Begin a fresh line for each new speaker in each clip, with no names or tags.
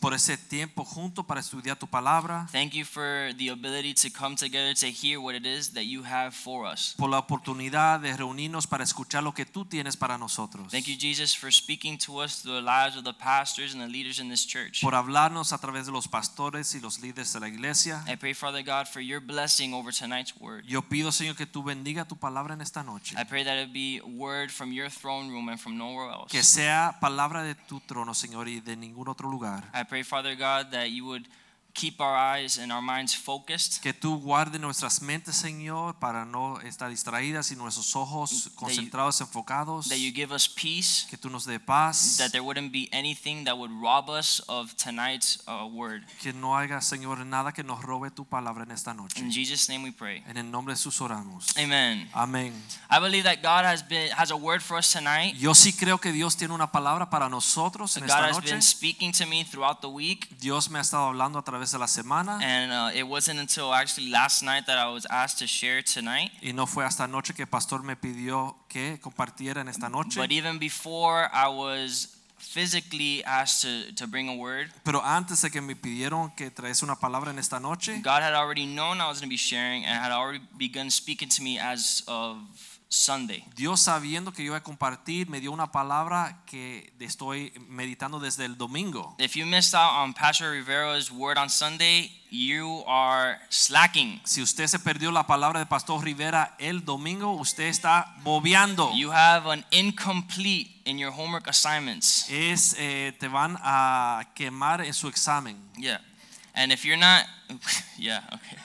por ese tiempo junto para estudiar tu palabra,
Thank you for the ability to come together to hear what it is that you have for us.
por la oportunidad de reunirnos para escuchar lo que tú tienes para nosotros,
Thank you, Jesus, for speaking to us through the lives of the pastors and the leaders in this church.
por hablarnos a través de los pastores y los líderes de la iglesia.
I pray, Father God, for your blessing over tonight's word.
Yo pido, Señor, que tú bendiga tu palabra en esta noche,
I pray that it be word from your throne room and from nowhere
que
else.
sea palabra de tu trono, Señor, y de ningún otro lugar.
I pray, Father God, that you would keep our eyes and our minds focused,
Que tú guardes nuestras mentes, Señor, para no estar distraídas y nuestros ojos concentrados, enfocados.
that you give us peace,
Que tú nos dé paz.
that there wouldn't be anything that would rob us of tonight's uh, word.
Que no haga, Señor, nada que nos robe tu palabra en esta noche.
In Jesus' name we pray.
En el nombre de Jesús oramos.
Amen.
Amén.
I believe that God has been has a word for us tonight.
Yo sí creo que Dios tiene una palabra para nosotros en
God
esta
has
noche.
been speaking to me throughout the week,
Dios me ha estado hablando a través de la semana
and uh, it wasn't until actually last night that I was asked to share tonight.
y no fue hasta anoche que el pastor me pidió que compartiera en esta noche.
But even before I was physically asked to, to bring a word,
Pero antes de que me pidieron que traes una palabra en esta noche,
God had already known I was going to be sharing and had already begun speaking to me as of Sunday.
Dios sabiendo que yo iba a compartir, me dio una palabra que estoy meditando desde el domingo.
If you missed out on Pastor Rivera's word on Sunday, you are slacking.
Si usted se perdió la palabra de Pastor Rivera el domingo, usted está bobeando.
You have an incomplete in your homework assignments.
es eh, te van a quemar en su examen.
Yeah. And if you're not, yeah, okay.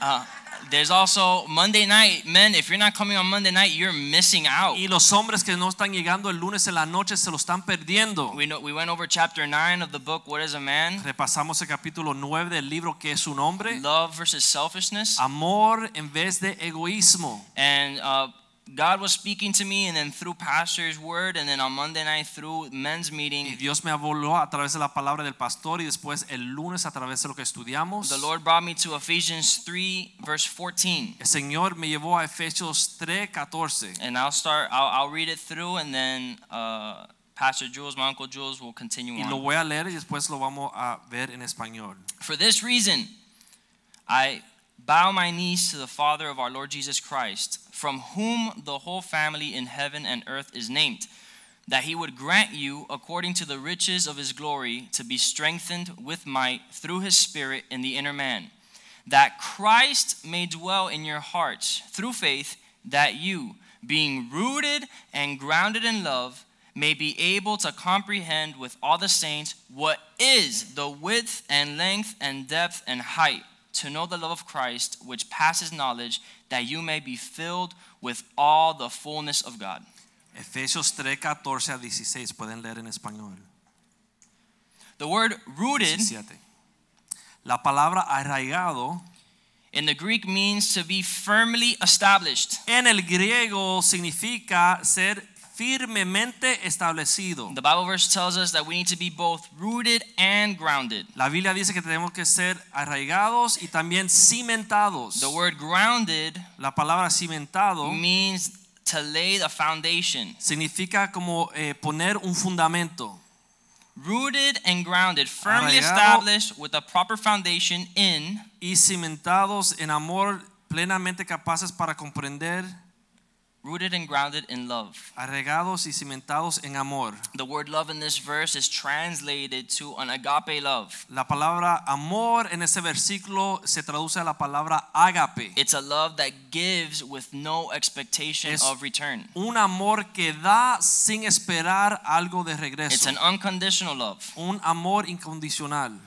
Uh, there's also Monday night, men. If you're not coming on Monday night, you're missing out.
Y los hombres que no están llegando el lunes en la noche se lo están perdiendo.
We know we went over chapter nine of the book. What is a man?
Repasamos el capítulo 9 del libro que es su nombre,
Love versus selfishness.
amor en vez de egoísmo.
And uh, God was speaking to me, and then through pastor's word, and then on Monday night through men's
Y
meeting,
Dios me habló a través de la palabra del pastor y después el lunes a través de lo que estudiamos.
the Lord brought me to Ephesians three verse fourteen.
El Señor me llevó a Efesios 3:14.
And I'll start. I'll, I'll read it through, and then uh, Pastor Jules, my uncle Jules, will continue
Y
on.
lo voy a leer y después lo vamos a ver en español.
For this reason, I bow my knees to the Father of our Lord Jesus Christ, from whom the whole family in heaven and earth is named, that he would grant you, according to the riches of his glory, to be strengthened with might through his Spirit in the inner man, that Christ may dwell in your hearts through faith, that you, being rooted and grounded in love, may be able to comprehend with all the saints what is the width and length and depth and height, to know the love of Christ, which passes knowledge, that you may be filled with all the fullness of God.
Efesios 3:14 a 16 pueden leer en español.
The word rooted
17. La palabra arraigado
in the Greek means to be firmly established.
en el griego significa ser firmemente establecido.
The Bible verse tells us that we need to be both rooted and grounded.
La Biblia dice que tenemos que ser arraigados y también cimentados.
The word grounded
La palabra cimentado
means to lay the foundation.
significa como eh, poner un fundamento.
Rooted and grounded, firmly
Arraigado.
established with a proper foundation in
Y cimentados en amor, plenamente capaces para comprender,
rooted and grounded in love.
arraigados y cimentados en amor.
The word love in this verse is translated to an agape love.
La palabra amor en ese versículo se traduce a la palabra ágape.
It's a love that gives with no expectation
Es-
of return.
un amor que da sin esperar algo de
It's
regreso.
an unconditional love.
Un amor incondicional.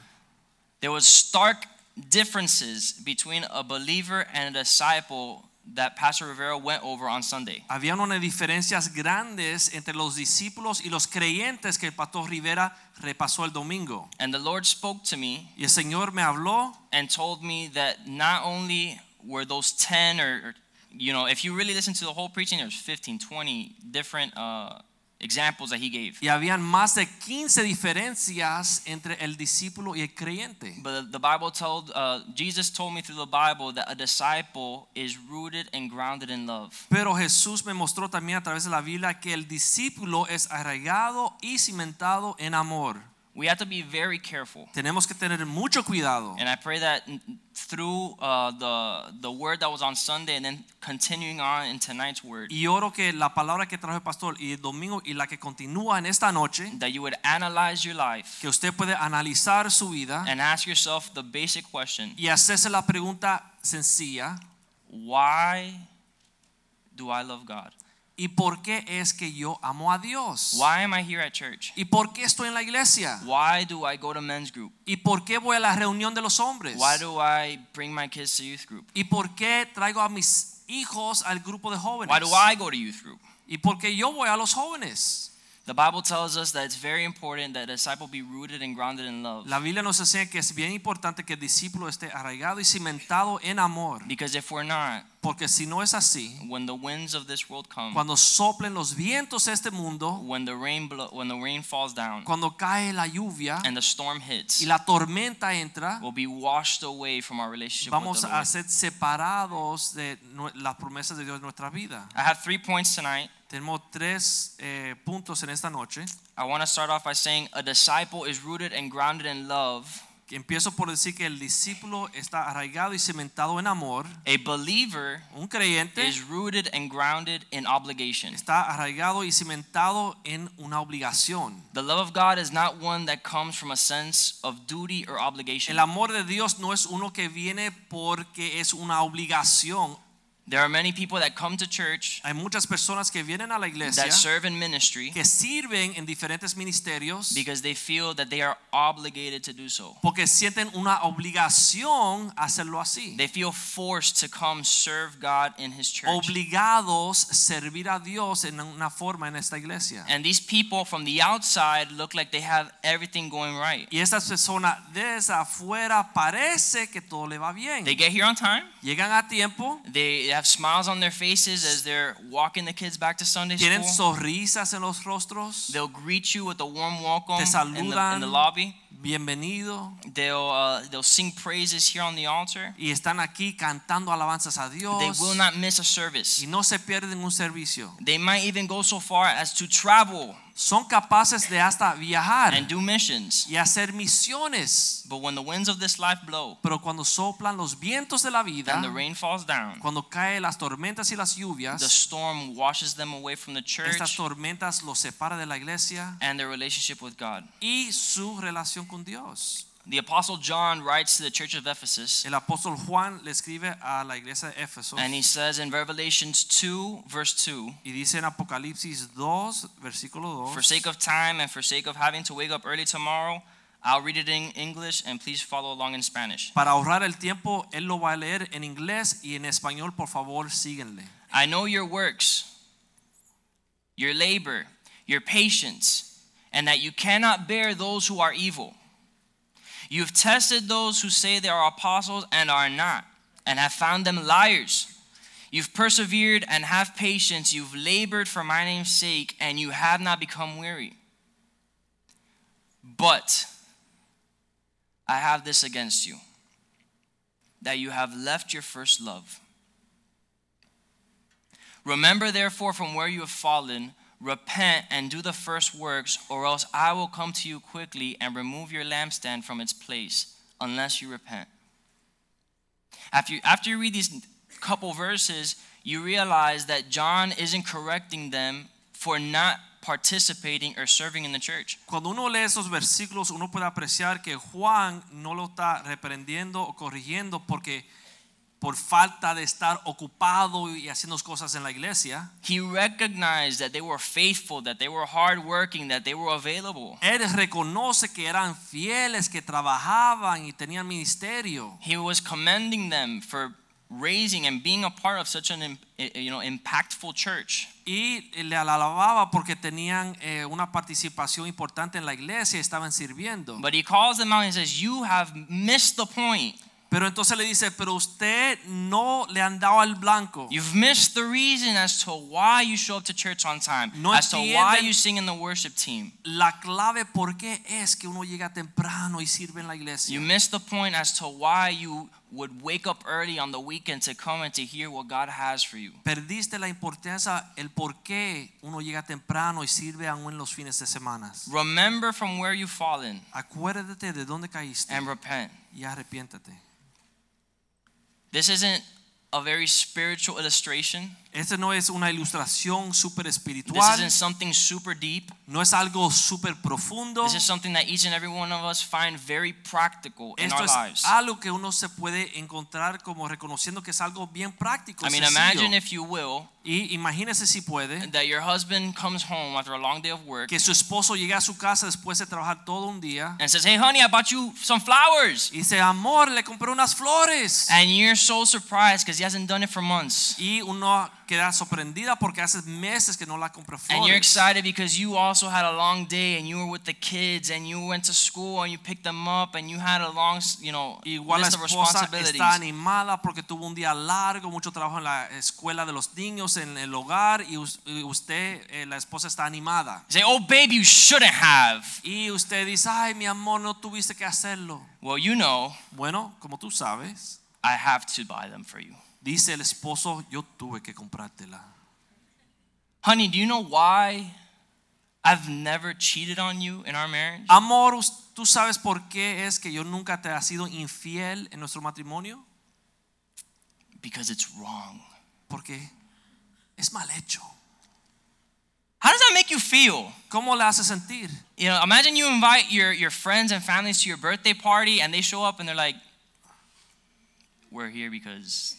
There was stark differences between a believer and a disciple that Pastor Rivera went over on Sunday.
Habían unas diferencias grandes entre los discípulos y los creyentes que el pastor Rivera repasó el domingo.
And the Lord spoke to me
Y el Señor me habló
and told me that not only were those 10 or, or, you know, if you really listen to the whole preaching, there's 15, 20 different uh, examples that he gave.
y habían más de 15 diferencias entre el discípulo y el creyente.
But the Bible told, uh, Jesus told me through the Bible that a disciple is rooted and grounded in love.
Pero Jesús me mostró también a través de la Biblia que el discípulo es arraigado y cimentado en amor.
We have to be very careful.
Tenemos que tener mucho cuidado.
And I pray that n- through uh, the, the word that was on Sunday and then continuing on in tonight's word,
Y oro que la palabra que trajo el pastor y el domingo y la que continúa en esta noche,
that you would analyze your life
que usted puede analizar su vida
and ask yourself the basic question
y hacerse la pregunta sencilla,
why do I love God?
¿y por qué es que yo amo a Dios?
Why am I here at church?
¿Y por qué estoy en la iglesia?
Why do I go to men's group?
¿Y por qué voy a la reunión de los hombres?
Why do I bring my kids to youth group?
¿Y por qué traigo a mis hijos al grupo de jóvenes?
Why do I go to youth group?
¿Y por qué yo voy a los jóvenes?
The Bible tells us that it's very important that a disciple be rooted and grounded in love.
La Biblia nos enseña que es bien importante que el discípulo esté arraigado y cimentado en amor,
Because if we're not,
porque si no es así,
when the winds of this world come,
cuando soplen los vientos de este mundo,
when the rain blow, when the rain falls down
cuando cae la lluvia
and the storm hits,
y la tormenta entra,
we'll be washed away from our relationship with
vamos
the
a
Lord.
ser separados de nue- las promesas de Dios en nuestra vida.
I have three points tonight.
Tenemos tres eh, puntos en esta noche.
I want to start off by saying a disciple is rooted and grounded in love.
Empiezo por decir que el discípulo está arraigado y cementado en amor.
A believer
Un creyente
is rooted and grounded in obligation.
está arraigado y cimentado en una obligación.
The love of God is not one that comes from a sense of duty or obligation.
El amor de Dios no es uno que viene porque es una obligación.
There are many people that come to church
Hay muchas personas que vienen a la iglesia
that serve in ministry
que sirven en diferentes ministerios
because they feel that they are obligated to do so.
porque sienten una obligación a hacerlo así.
They feel forced to come serve God in His church.
Obligados a servir a Dios en una forma en esta iglesia.
And these people from the outside look like they have everything going right.
Y estas personas desde afuera parece que todo le va bien.
They get here on time.
Llegan a tiempo,
They have smiles on their faces as they're walking the kids back to Sunday
tienen
school.
sonrisas en los rostros.
They'll greet you with a warm welcome
Te
in the, in the
saludan.
lobby.
Bienvenido.
They'll, uh, they'll sing praises here on the altar.
Y están aquí cantando alabanzas a
They
Dios.
will not miss a
Y
service.
no se pierden un servicio.
They might even go so far as to travel
Son capaces de hasta
and
viajar
do missions.
y hacer misiones.
But when the winds of this life blow
Pero cuando soplan los vientos de la vida,
and the rain falls down,
cuando caen las tormentas y las
the
lluvias,
storm washes them away from the
estas
church
tormentas los separa de la iglesia
and their relationship with God.
y su relación con Dios.
The Apostle John writes to the church of Ephesus,
El apóstol Juan le escribe a la iglesia de Éfeso
and he says in Revelations 2, verse 2,
y dice en Apocalipsis 2, versículo
For
2,
sake of time and for sake of having to wake up early tomorrow, I'll read it in English and please follow along in Spanish.
para ahorrar el tiempo, él lo va a leer en inglés y en español, por favor, síguenle.
I know your works, your labor, your patience, and that you cannot bear those who are evil. You have tested those who say they are apostles and are not, and have found them liars. You've persevered and have patience. You've labored for my name's sake, and you have not become weary. But I have this against you that you have left your first love. Remember, therefore, from where you have fallen, repent and do the first works, or else I will come to you quickly and remove your lampstand from its place, unless you repent. After you, after you read these couple verses, you realize that John isn't correcting them for not participating or serving in the church.
Cuando uno lee esos versículos, uno puede apreciar que Juan no lo está reprendiendo o corrigiendo porque por falta de estar ocupado y haciendo cosas en la iglesia.
He recognized that they were faithful, that they were hardworking, that they were available.
Él reconoce que eran fieles, que trabajaban y tenían ministerio.
He was commending them for raising and being a part of such an im- eh, you know impactful church.
Y le alababa porque tenían eh, una participación importante en la iglesia y estaban sirviendo.
But he calls them out and says, "You have missed the point.
Pero entonces le dice, pero usted no le han dado al blanco.
You've missed the reason as to why you show up to church on time,
No
as to why
entienden-
you sing in the worship team.
La clave por qué es que uno llega temprano y sirve en la iglesia.
You missed the point as to why you would wake up early on the weekend to come and to hear what God has for you.
Perdiste la importancia, el por qué uno llega temprano y sirve aún en los fines de semana.
Remember from where you've fallen
Acuérdate de dónde caíste
and repent."
y arrepiéntate.
This isn't a very spiritual illustration.
Esta Este no es una ilustración súper
This
espiritual,
isn't something super deep.
no es algo súper profundo.
This is something that each and every one of us find very practical in
Esto
our
es
lives.
algo que uno se puede encontrar como reconociendo que es algo bien práctico.
I mean,
sencillo.
imagine if you will
y imagínese si puede.
that your husband comes home after a long day of work
que su esposo llega a su casa después de trabajar todo un día
and says, "Hey, honey, I bought you some flowers,"
y dice, amor, le compré unas flores.
and you're so surprised because he hasn't done it for months,
Y uno queda sorprendida porque hace meses que no la compra
and you're
flores.
excited because you also had a long day and you were with the kids and you went to school and you picked them up and you had a long, you know,
Igual la
list of
esposa está
responsibilities.
animada porque tuvo un día largo, mucho trabajo en la escuela de los niños, en el hogar y us- y usted, eh, la esposa está animada.
Say, "Oh, babe, you shouldn't have."
Y usted dice, ay, mi amor, no tuviste que hacerlo.
Well, you know,
Bueno, como tú sabes,
I have to buy them for you.
dice el esposo, yo tuve que comprártela.
Honey, do you know why I've never cheated on you in our marriage?
Amor, us- ¿tú sabes por qué es que yo nunca te ha sido infiel en nuestro matrimonio?
Because it's wrong.
Porque es mal hecho.
How does that make you feel?
¿Cómo la hace sentir?
You know, imagine you invite your, your friends and families to your birthday party and they show up and they're like, we're here because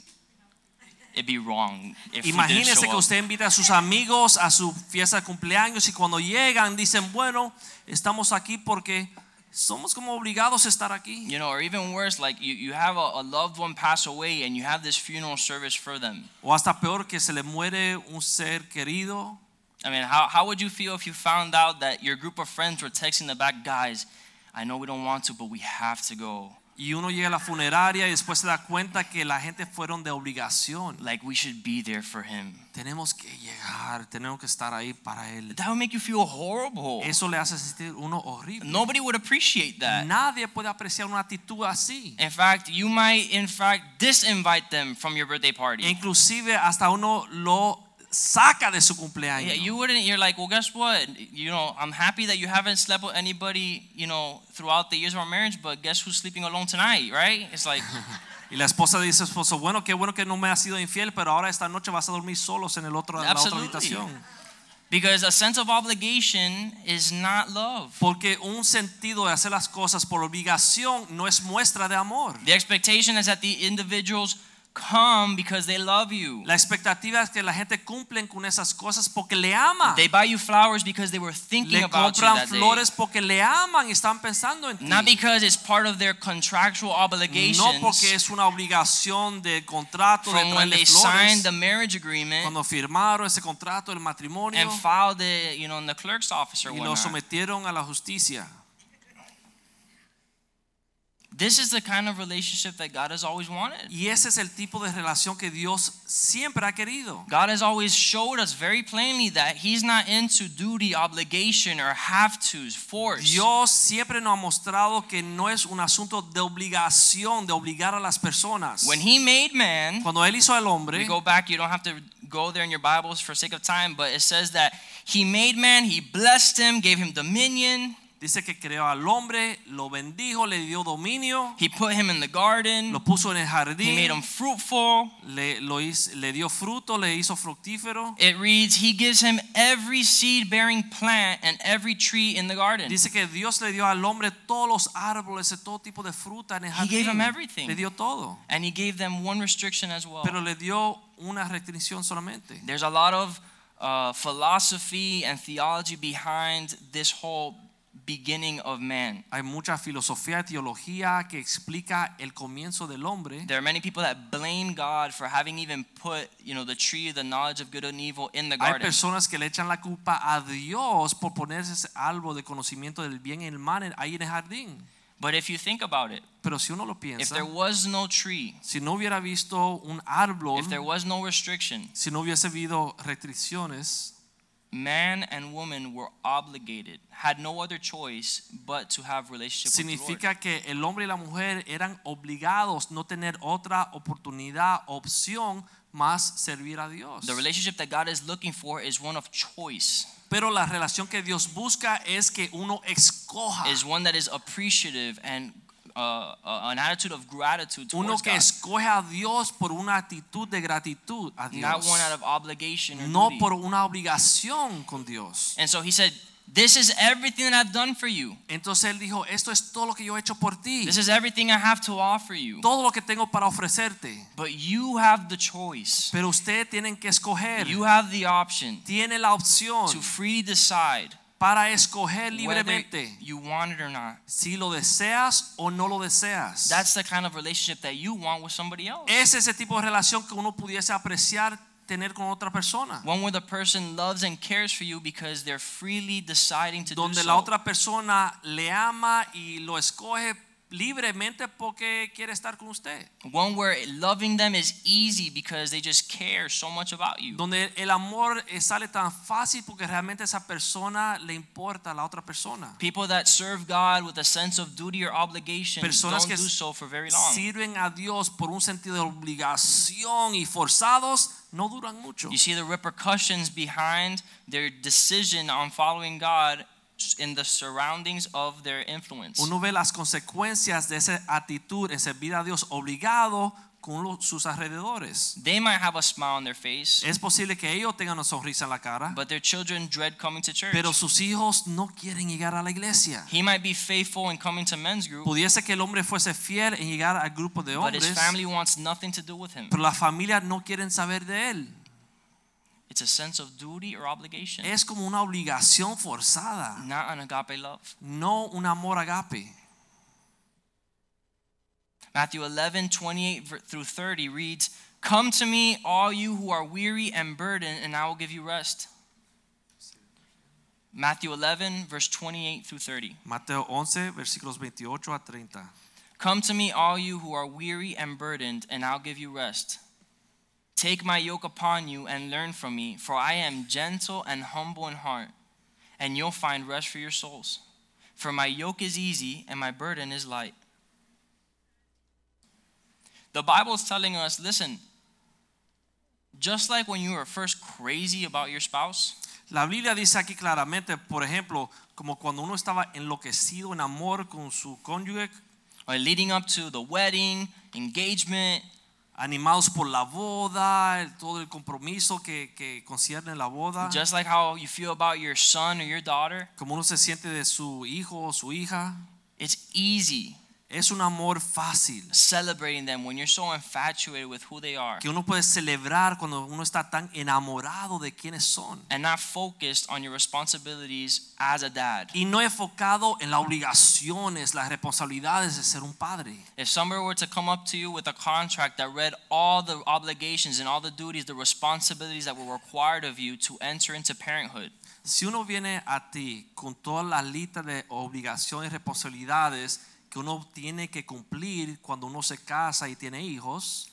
it'd be wrong if we didn't
Imagínese
show
que
up.
usted invita a sus amigos a su fiesta de cumpleaños y cuando llegan dicen, bueno, estamos aquí porque somos como obligados a estar aquí.
You know, or even worse, like you, you have a, a loved one pass away and you have this funeral service for them.
O hasta peor que se le muere un ser querido.
I mean, how, how would you feel if you found out that your group of friends were texting the back, guys, I know we don't want to, but we have to go.
Y uno llega a la funeraria y después se da cuenta que la gente fueron de obligación.
Like, we should be there for him.
Tenemos que llegar, tenemos que estar ahí para él.
That would make you feel horrible.
Eso le hace sentir uno horrible.
Nobody would appreciate that.
Nadie puede apreciar una actitud así.
In fact, you might, in fact, disinvite them from your birthday
E
party.
inclusive hasta uno lo saca de su
Yeah,
cumpleaños.
you wouldn't. You're like, well, guess what? You know, I'm happy that you haven't slept with anybody, you know, throughout the years of our marriage. But guess who's sleeping alone tonight, right? It's like,
y la esposa dice, esposo, bueno, qué bueno que no me has sido infiel, pero ahora esta noche vas a dormir solos en el otro, en la otra
Absolutely.
habitación.
because a sense of obligation is not love.
Porque un sentido de hacer las cosas por obligación no es muestra de amor.
The expectation is that the individuals come because they love you.
La expectativa es que la gente cumplen con esas cosas porque le ama.
They buy you flowers because they were thinking
Le
about you that
compran
day.
flores porque le aman y están pensando en ti.
Not because it's part of their contractual obligations
No porque es una obligación de contrato de
from when
traerle
they signed
flores.
the marriage agreement
Cuando firmaron ese contrato del matrimonio
and filed it, you know, in the clerk's office or
y lo
whatnot.
sometieron a la justicia.
This is the kind of relationship that God has always wanted.
Y ese es el tipo de relación que Dios siempre ha querido.
God has always showed us very plainly that He's not into duty, obligation, or have to's, force.
Dios siempre nos ha mostrado que no es un asunto de obligación, de obligar a las personas.
When He made man,
Cuando Él hizo al
we
hombre,
go back, you don't have to go there in your Bibles for sake of time, but it says that He made man, He blessed him, gave him dominion,
dice que creó al hombre, lo bendijo, le dio dominio,
He put him in the garden,
lo puso en el
He made him
jardín,
fruitful.
le, lo hizo- le dio fruto, le hizo fructífero.
It reads, He gives him every seed bearing plant and every tree in the garden.
Dice que Dios le dio al hombre todos los árboles, de todo tipo de fruta en el
He gave
jardín.
him everything.
Le dio todo,
And he gave them one restriction as well.
pero le dio una restricción solamente.
There's a lot of uh, philosophy and theology behind this whole beginning of man.
Hay mucha filosofía y teología que explica el comienzo del hombre.
There are many people that blame God for having even put, you know, the tree of the knowledge of good and evil in the
Hay
garden.
personas que le echan la culpa a Dios por ponerse ese árbol de conocimiento del bien y el mal en- ahí en el jardín.
But if you think about it,
Pero si uno lo
if
piensa,
there was no tree,
si no hubiera visto un árbol,
if there was no restriction,
si no hubiese habido restricciones,
man and woman were obligated, had no other choice but to have relationship with the Lord.
significa que el hombre y la mujer eran obligados no tener otra oportunidad, opción más servir a Dios.
The relationship that God is looking for is one of choice,
Pero la relación que Dios busca es que uno escoja,
is one that is appreciative and uh, uh, an attitude of gratitude
uno
towards
que
God,
escoge a Dios por una actitud de gratitud a
not
Dios,
one out of obligation or
no
duty.
por una obligación con Dios.
And so he said, This is everything that I've done for you.
Entonces él dijo, esto es todo lo que yo he hecho por ti,
This is everything I have to offer you.
todo lo que tengo para ofrecerte,
But you have the choice.
pero ustedes tienen que escoger,
You have the option
tiene la opción
to freely decide
para escoger
whether
libremente.
you want it or not.
si lo deseas o no lo deseas.
That's the kind of relationship that you want with somebody else.
es ese tipo de relación que uno pudiese apreciar tener con otra persona,
One where the person loves and cares for you because they're freely deciding to do
donde
so.
la otra persona le ama y lo escoge libremente porque quiere estar con usted,
One where loving them is easy because they just care so much about you.
donde el amor eh, sale tan fácil porque realmente esa persona le importa a la otra persona.
People that serve God with a sense of duty or obligation
Personas
don't
que
do so for very long.
sirven a Dios por un sentido de obligación y forzados no duran mucho.
You see the repercussions behind their decision on following God in the surroundings of their influence.
Uno ve las consecuencias de esa actitud en servir a Dios obligado con lo- sus alrededores.
They might have a smile on their face,
Es posible que ellos tengan una sonrisa en la cara,
but their children dread coming to church.
pero sus hijos no quieren llegar a la iglesia.
He might be faithful in coming to men's group,
Pudiese que el hombre fuese fiel en llegar al grupo de
but his
hombres,
family wants nothing to do with him.
pero la familia no quieren saber de él.
It's a sense of duty or obligation,
Es como una obligación forzada,
not an agape love.
no un amor agape.
Matthew 11, 28 ver- through 30 reads, Come to me, all you who are weary and burdened, and I will give you rest. Matthew 11, verse 28 through 30.
Mateo 11, versículos 28 a 30.
Come to me, all you who are weary and burdened, and I'll give you rest. Take my yoke upon you and learn from me, for I am gentle and humble in heart, and you'll find rest for your souls. For my yoke is easy and my burden is light. The Bible's telling us listen, just like when you were first crazy about your spouse,
La Biblia dice aquí claramente, por ejemplo, como cuando uno estaba enloquecido en amor con su cónyuge,
or leading up to the wedding, engagement,
animados por la boda, el- todo el compromiso que, que concierne la boda,
just like how you feel about your son or your daughter,
como uno se siente de su hijo o su hija,
it's easy
es un amor fácil
celebrating them when you're so infatuated with who they are
que uno puede celebrar cuando uno está tan enamorado de quienes son
and not focused on your responsibilities as a dad.
y no enfocado en las obligaciones, las responsabilidades de ser un padre.
If somebody were to come up to you with a contract that read all the obligations and all the duties, the responsibilities that were required of you to enter into parenthood,
Si uno viene a ti con toda la lista de obligaciones y responsabilidades que uno tiene que cumplir cuando uno se casa y tiene hijos,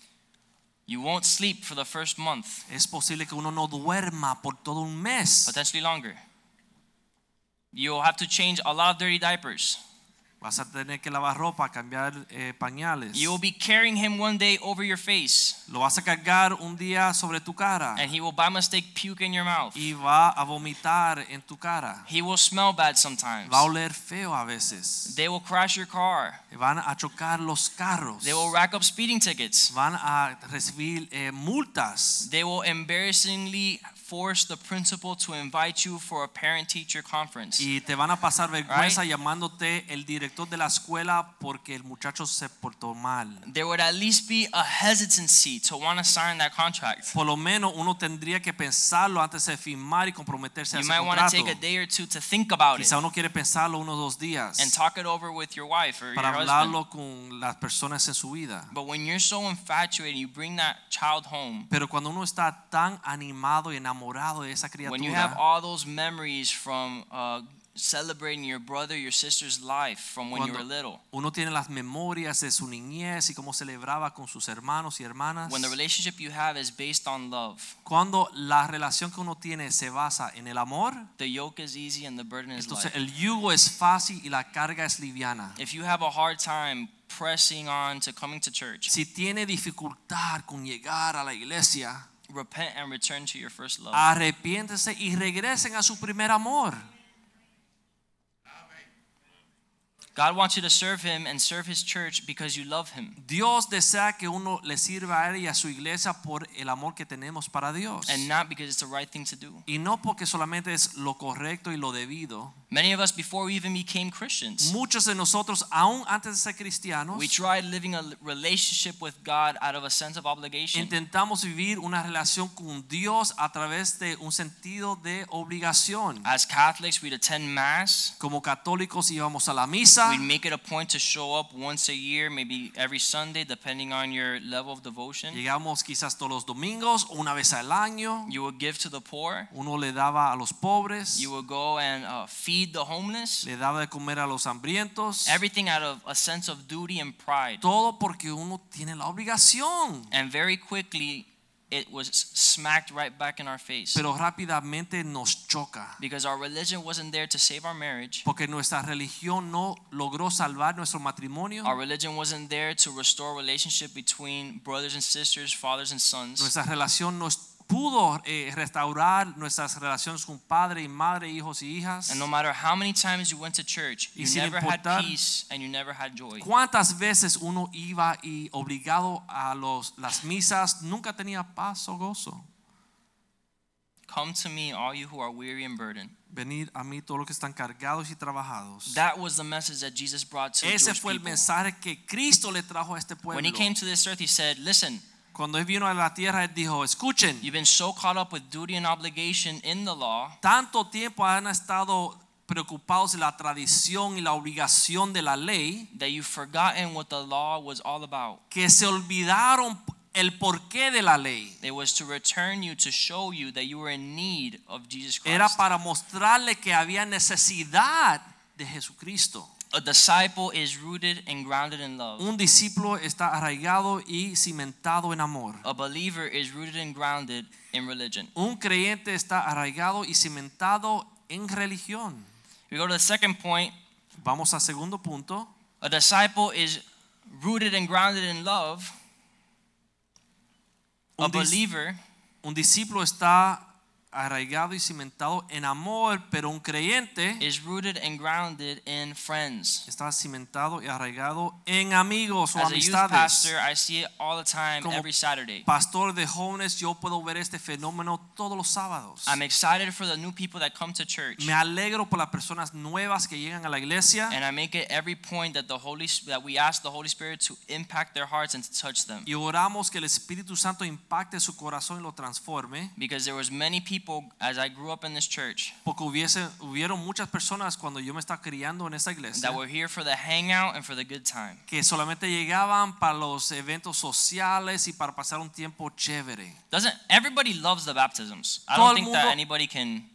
you won't sleep for the first month,
es posible que uno no duerma por todo un mes.
potentially longer. You'll have to change a lot of dirty diapers.
Vas a tener que lavar ropa, cambiar eh, pañales.
You'll be carrying him one day over your face,
Lo vas a cargar un día sobre tu cara
and he will by mistake puke in your mouth.
y va a vomitar en tu cara.
He will smell bad sometimes.
Va a oler feo a veces.
They will crash your car.
Van a chocar los carros.
They will rack up speeding tickets.
Van a recibir eh, multas.
They will embarrassingly force the principal to invite you for a parent teacher conference.
Y te van a pasar vergüenza llamándote el director de la escuela porque el muchacho se portó mal.
There would at least be a hesitancy to want to sign that contract.
Por lo menos uno tendría que pensarlo antes de firmar y comprometerse a
You
ese
might want to take a
contrato.
day or two to think about it
Quizá uno quiere pensarlo unos dos días
and talk it over with your wife or your
para
husband.
hablarlo con las personas en su vida.
But when you're so infatuated, you bring that child home.
Pero cuando uno está tan animado y enamorado de esa
When you have
criatura,
all those memories from uh, celebrating your brother, your sister's life from when you were
Cuando-
little,
uno tiene las memorias de su niñez y cómo celebraba con sus hermanos y hermanas.
when the relationship you have is based on love,
Cuando la relación que uno tiene se basa en el amor,
the yoke is easy and the burden is light.
entonces el yugo es fácil y la carga es liviana.
If you have a hard time pressing on to coming to church,
Si tiene dificultad con llegar a la iglesia,
repent and return to your first love.
Ah. arrepiéntese y regresen a su primer amor.
God wants you to serve Him and serve His church because you love Him.
Dios desea que uno le sirva a él y a su iglesia por el amor que tenemos para Dios.
and not because it's the right thing to do.
Y no porque solamente es lo correcto y lo debido.
Many of us, before we even became Christians,
Muchos de nosotros, aún antes de ser cristianos,
we tried living a relationship with God out of a sense of obligation.
intentamos vivir una relación con Dios a través de un sentido de obligación.
As Catholics, we'd attend Mass.
Como católicos íbamos a la misa,
We'd make it a point to show up once a year, maybe every Sunday, depending on your level of devotion.
llegamos quizás todos los domingos, una vez al año,
You would give to the poor.
uno le daba a los pobres,
You would go and uh, feed the homeless.
le daba de comer a los hambrientos,
Everything out of a sense of duty and pride.
todo porque uno tiene la obligación.
And very quickly, it was smacked right back in our face.
Pero rápidamente nos choca,
Because our religion wasn't there to save our marriage.
porque nuestra religión no logró salvar nuestro matrimonio.
Our religion wasn't there to restore relationship between brothers and sisters, fathers and sons.
Nuestra relación nos pudo eh, restaurar nuestras relaciones con padre y madre, hijos y hijas.
And no matter how many times you went to church,
Y
you
sin
never had
importar-
peace and you never had joy.
¿Cuántas veces uno iba y obligado a los, las misas nunca tenía paz o gozo?
Come to me, all you who are weary and burdened.
Venid a mí todos los que están cargados y trabajados.
That was the message that Jesus brought to the
Ese
Jewish
fue el
people.
mensaje que Cristo le trajo a este
When
pueblo.
he came to this earth, he said, Listen,
Cuando él vino a la tierra, él dijo, escuchen,
you've been so caught up with duty and obligation in the law
tanto tiempo han estado preocupados en la tradición y la obligación de la ley.
that you've forgotten what the law was all about.
que se olvidaron el porqué de la ley.
It was to return you, to show you that you were in need of Jesus
Era
Christ.
para mostrarle que había necesidad de Jesucristo.
A disciple is rooted and grounded in love.
Un discípulo está arraigado y cimentado en amor.
A believer is rooted and grounded in religion.
Un creyente está arraigado y cimentado en religión.
We go to the second point.
Vamos al segundo punto.
A disciple is rooted and grounded in love. A
Un, dis-
believer
un discípulo está arraigado y cimentado en amor, pero un creyente
is rooted and grounded in friends.
está cimentado y arraigado en amigos o
As a youth
amistades.
pastor, I see it all the time,
Como-
every Saturday.
pastor de jóvenes, yo puedo ver este fenómeno todos los sábados.
I'm excited for the new people that come to church,
Me alegro por las personas nuevas que llegan a la iglesia
and I make it every point that the Holy Sp- that we ask the Holy Spirit to impact their hearts and to touch them.
y oramos que el Espíritu Santo impacte su corazón y lo transforme,
Because there was many people as I grew up in this church
porque hubiese, hubieron muchas personas cuando yo me estaba criando en esta iglesia
that were here for the hangout and for the good time.
que solamente llegaban para los eventos sociales y para pasar un tiempo chévere.
Doesn't everybody loves the baptisms? I
Todo
don't
el
think that
mundo-
anybody can.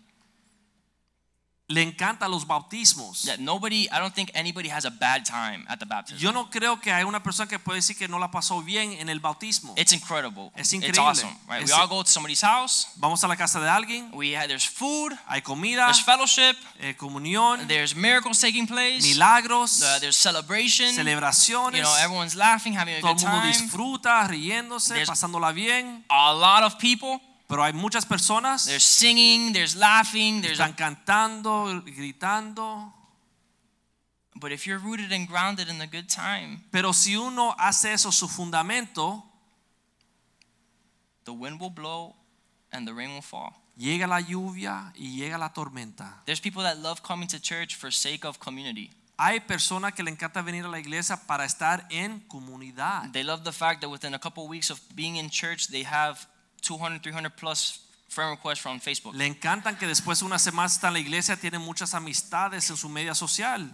Le encantan los bautismos.
That nobody. I don't think anybody has a bad time at the baptism.
Yo no creo que hay una persona que puede decir que no la pasó bien en el bautismo.
it's incredible.
Es increíble.
It's awesome, right?
Es-
we all go to somebody's house.
Vamos a la casa de alguien,
We have, there's food.
hay comida,
There's fellowship.
eh, comunión,
There's miracles taking place.
milagros,
uh, there's celebration.
celebraciones,
You know, everyone's laughing, having a
todo
good
el mundo
time.
disfruta, riéndose,
There's-
pasándola bien,
A lot of people.
pero hay muchas personas
There's singing. There's laughing. There's.
están cantando, gritando,
but if you're rooted and grounded in the good time,
pero si uno hace eso su fundamento,
the wind will blow, and the rain will fall.
Llega la lluvia y llega la tormenta.
There's people that love coming to church for sake of community.
Hay personas que le encanta venir a la iglesia para estar en comunidad.
They love the fact that within a couple weeks of being in church, they have 200, 300 plus friend requests from Facebook.
Le encantan que después de una semana está en la iglesia, tiene muchas amistades en su media social.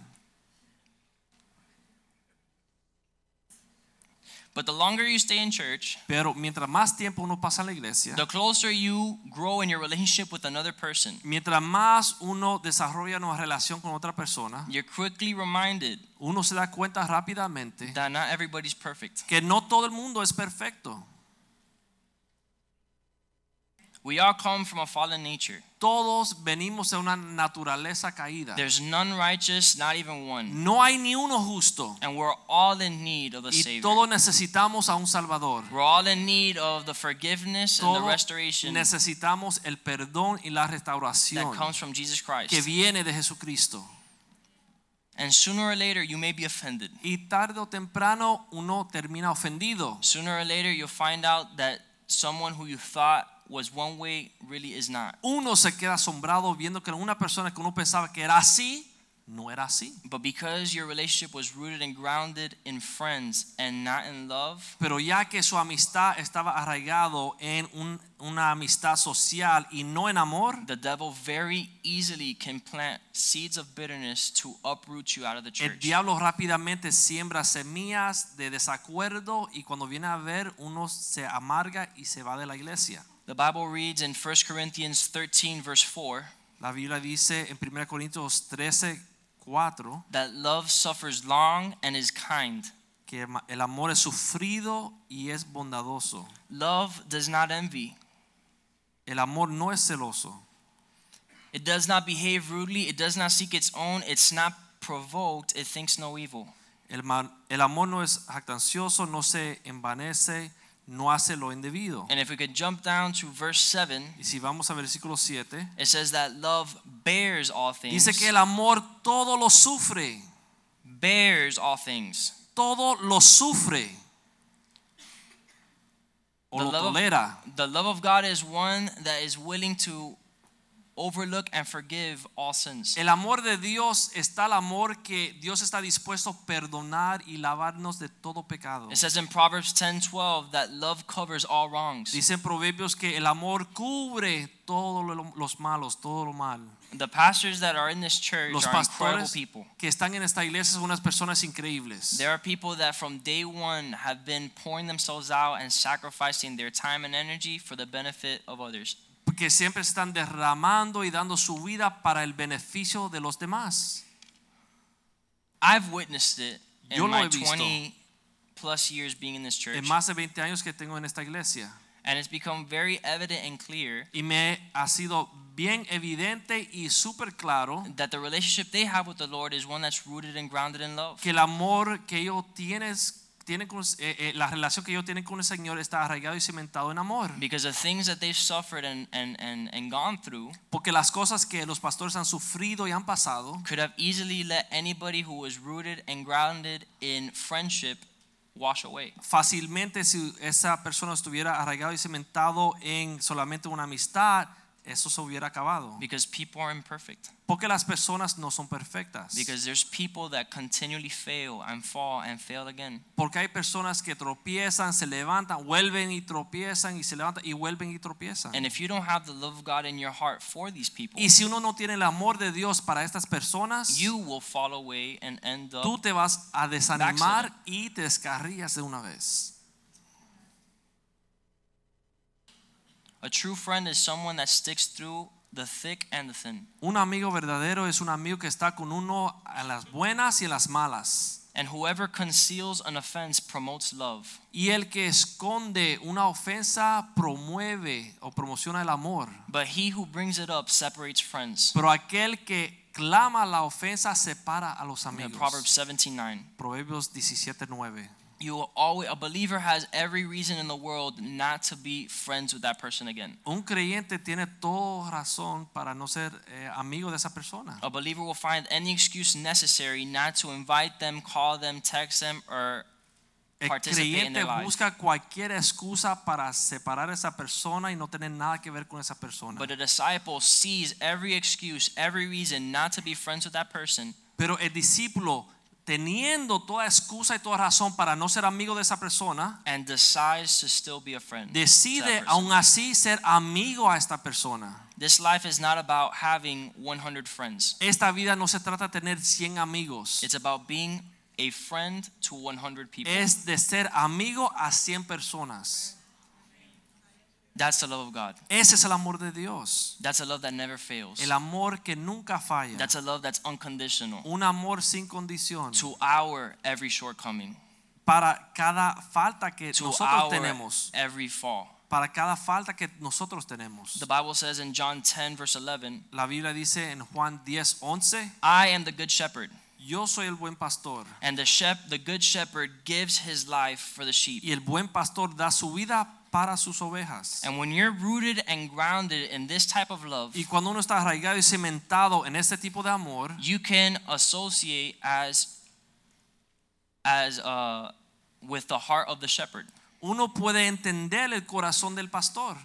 But the longer you stay in church,
Pero mientras más tiempo uno pasa en la iglesia,
the closer you grow in your relationship with another person.
mientras más uno desarrolla una relación con otra persona,
You're quickly reminded
uno se da cuenta rápidamente
that not everybody's perfect.
que no todo el mundo es perfecto.
We all come from a fallen nature.
Todos venimos de una naturaleza caída.
There's none righteous, not even one.
No hay ni uno justo.
And we're all in need of a
Y
Savior.
todos necesitamos a un Salvador.
We're all in need of the forgiveness and the
Todos
restoration that
necesitamos el perdón y la restauración
comes from Jesus
que
Christ.
viene de Jesucristo.
And sooner or later, you may be offended.
Y tarde o temprano uno termina ofendido.
Sooner or later, you'll find out that someone who you thought was one way really is not.
Uno se queda asombrado viendo que una persona que uno pensaba que era así, no era así.
But because your relationship was rooted and grounded in friends and not in love,
Pero ya que su amistad estaba arraigado en un- una amistad social y no en amor,
the devil very easily can plant seeds of bitterness to uproot you out of the
El
church.
diablo rápidamente siembra semillas de desacuerdo y cuando viene a ver uno se amarga y se va de la iglesia.
The Bible reads in 1 Corinthians 13, verse 4,
La Biblia dice en 1 Corintios 13, 4
that love suffers long and is kind.
que ma- el amor es sufrido y es bondadoso.
Love does not envy.
El amor no es celoso,
It does not behave rudely. It does not seek its own. It's not provoked. It thinks no evil.
el, ma- el amor no es jactancioso, no se envanece, no hace lo indebido.
And if we could jump down to verse 7,
Y si vamos a versículo 7,
it says that love bears all things.
dice que el amor todo lo sufre,
bears all things.
todo lo sufre o
The
lo
love of-
tolera.
The love of God is one that is willing to overlook and forgive all sins.
El amor de Dios está el amor que Dios está dispuesto a perdonar y lavarnos de todo pecado.
It says in Proverbs 10:12 that love covers all wrongs.
Dicen proverbios que el amor cubre todos lo- los malos, todo lo mal.
The pastors that are in this church
Los
are incredible
pastores
people.
que están en esta iglesia son unas personas increíbles.
There are people that from day one have been pouring themselves out and sacrificing their time and energy for the benefit of others.
Que siempre están derramando y dando su vida para el beneficio de los demás.
I've witnessed it in
Yo lo
my
he visto.
20 plus years being in this church.
En más de 20 años que tengo en esta iglesia.
And it's become very evident and clear
Y me ha sido bien evidente y súper claro
that the relationship they have with the Lord is one that's rooted and grounded in love.
que el amor que ellos tienen, tienen con, eh, eh, la relación que ellos tienen con el Señor está arraigado y cimentado en amor.
Because the things that they've suffered and, and, and, and gone through
Porque las cosas que los pastores han sufrido y han pasado
could have easily let anybody who was rooted and grounded in friendship wash away.
fácilmente si esa persona estuviera arraigado y cimentado en solamente una amistad, eso se hubiera acabado.
Because people are imperfect.
Porque las personas no son perfectas.
Because there's people that continually fail and fall and fail again.
Porque hay personas que tropiezan, se levantan, vuelven y tropiezan y se levantan y vuelven y tropiezan.
And if you don't have the love of God in your heart for these people,
Y si uno no tiene el amor de Dios para estas personas,
you will fall away and end
tú
up.
te vas a desanimar y te descarrías de una vez.
A true friend is someone that sticks through the thick and the thin.
Un amigo verdadero es un amigo que está con uno en las buenas y en las malas.
And whoever conceals an offense promotes love.
Y el que esconde una ofensa promueve o promociona el amor.
But he who brings it up separates friends.
Pero aquel que clama la ofensa separa a los
In
amigos.
Proverbs 17:9.
Proverbios 17:9.
You will always a believer has every reason in the world not to be friends with that person again.
Un creyente tiene toda razón para no ser eh, amigo de esa persona.
A believer will find any excuse necessary not to invite them, call them, text them, or
El
participate in
creyente
their lives.
busca cualquier excusa para separar a esa persona y no tener nada que ver con esa persona.
But a disciple sees every excuse, every reason not to be friends with that person.
Pero el discípulo, teniendo toda excusa y toda razón para no ser amigo de esa persona,
and decides to still be a friend. to that
decide
person.
aún así ser amigo a esta persona.
This life is not about having 100 friends.
Esta vida no se trata de tener 100 amigos,
It's about being a friend to 100 people.
es de ser amigo a 100 personas.
That's the love of God.
Ese es el amor de Dios,
That's a love that never fails.
el amor que nunca falla,
That's a love that's unconditional
un amor sin condición
to our every shortcoming,
para cada falta que
to
nosotros
our
tenemos,
every fall.
para cada falta que nosotros tenemos.
The Bible says in John 10, verse 11,
La Biblia dice en Juan 10, 11,
I am the good shepherd,
yo soy el buen pastor.
and the, shep- the good shepherd gives his life for the sheep.
y el buen pastor da su vida para sus ovejas.
And when you're rooted and grounded in this type of love,
Y cuando uno está arraigado y cementado en este tipo de amor,
you can associate as as uh, with the heart of the shepherd.
uno puede entender el corazón del pastor.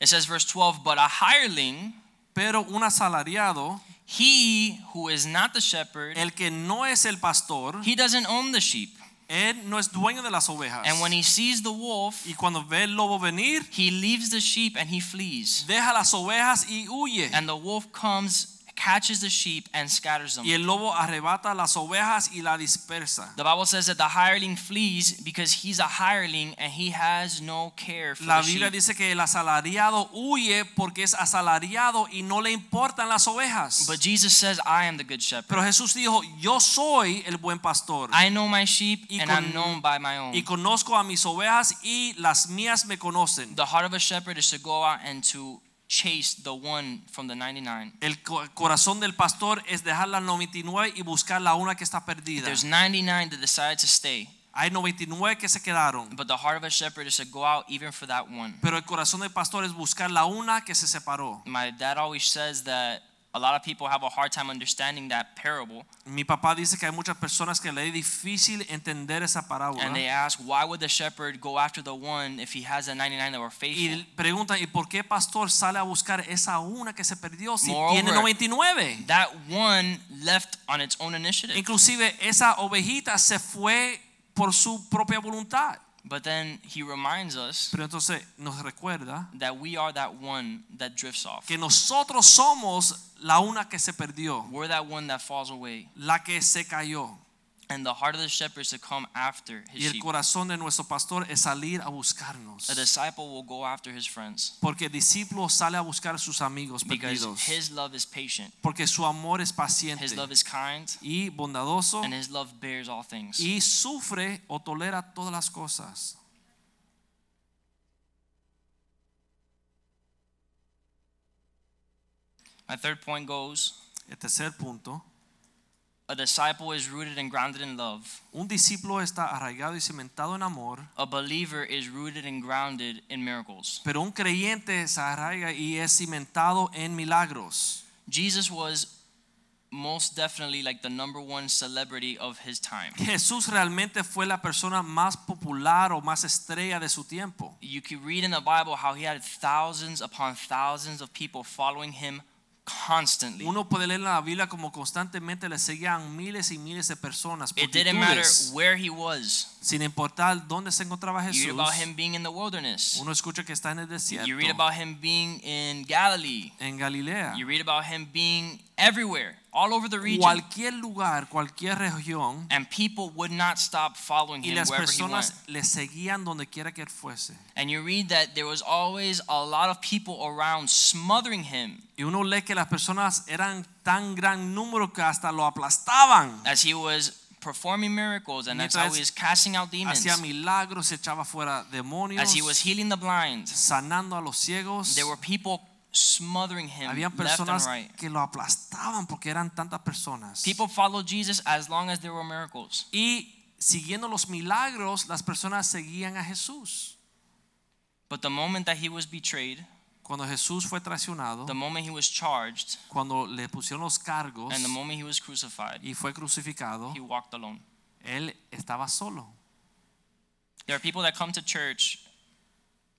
It says verse 12, but a hireling,
Pero un asalariado,
he who is not the shepherd,
el que no es el pastor,
he doesn't own the sheep.
él no es dueño de las ovejas.
And when he sees the wolf,
Y cuando ve el lobo venir,
he leaves the sheep and he flees.
deja las ovejas y huye.
And the wolf comes, catches the sheep and scatters them.
Y el lobo arrebata las ovejas y la dispersa.
The Bible says that the hireling flees because he's a hireling and he has no care for
La
the
Biblia
sheep.
dice que el asalariado huye porque es asalariado y no le importan las ovejas.
But Jesus says, I am the good shepherd.
Pero Jesús dijo, yo soy el buen pastor
I know my sheep
Y
and
con-
I'm known by my own.
y conozco a mis ovejas y las mías me conocen.
The heart of a shepherd is to go out and to chase the one from the 99.
El co- corazón del pastor es dejar las 99 y buscar la una que está perdida.
There's 99 that decided to stay,
Hay 99 que se quedaron,
but the heart of a shepherd is to go out even for that one.
pero el corazón del pastor es buscar la una que se separó.
My dad always says that a lot of people have a hard time understanding that parable,
Mi papá dice que hay muchas personas que le es difícil entender esa
and they
parábola.
ask, why would the shepherd go after the one if he has the 99 that were faithful?
Y preguntan, ¿y por qué pastor sale a buscar esa una que se perdió si
Moreover,
tiene 99?
That one left on its own initiative.
Inclusive esa ovejita se fue por su propia voluntad.
But then he reminds us
Pero entonces nos recuerda
that we are that one that drifts off.
que nosotros somos la una que se perdió,
We're that one that falls away.
la que se cayó.
And the heart of the shepherd is to come after
Y
his
el
sheep.
corazón de nuestro pastor es salir a buscarnos.
A disciple will go after his friends
Porque el discípulo sale a buscar a sus amigos
because
perdidos.
his love is patient,
Porque su amor es
his
paciente
love is kind,
y bondadoso
and his love bears all things.
y sufre o tolera todas las cosas.
My third point goes
El tercer punto,
a disciple is rooted and grounded in love,
un discípulo está arraigado y cimentado en amor
a believer is rooted and grounded in miracles.
Pero un creyente se arraiga y es cimentado en milagros.
Jesus was most definitely like the number one celebrity of his time.
Jesús realmente fue la persona más popular o más estrella de su tiempo.
You can read in the Bible how he had thousands upon thousands of people following him constantly.
Uno puede leer en la Biblia como constantemente le seguían miles y miles de personas,
It didn't matter
multitudes,
where he was.
sin importar dónde se encontraba
You read
Jesús.
about him being in the wilderness.
Uno escucha que está en el desierto,
You read about him being in Galilee.
en Galilea,
You read about him being everywhere, all over the region.
cualquier lugar, cualquier región,
And people would not stop following
y
him
las
wherever he went.
personas le seguían donde quiera que él fuese.
And you read that there was always a lot of people around smothering him
Y uno lee que las personas eran tan gran número que hasta lo aplastaban.
as he was performing miracles and that's how he
Mientras
was casting out demons,
Hacía milagros, se echaba fuera
as he was
demonios,
healing the blind.
sanando a los ciegos.
There were people smothering him
Habían
left and
personas
right.
que lo aplastaban porque eran tantas personas.
People followed Jesus as long as there were miracles.
Y siguiendo los milagros, las personas seguían a Jesús.
But the moment that he was betrayed,
Cuando Jesús fue traicionado,
the moment he was charged,
cuando le pusieron los cargos
and the moment he was crucified,
y fue crucificado,
he walked alone.
él estaba solo.
There are people that come to church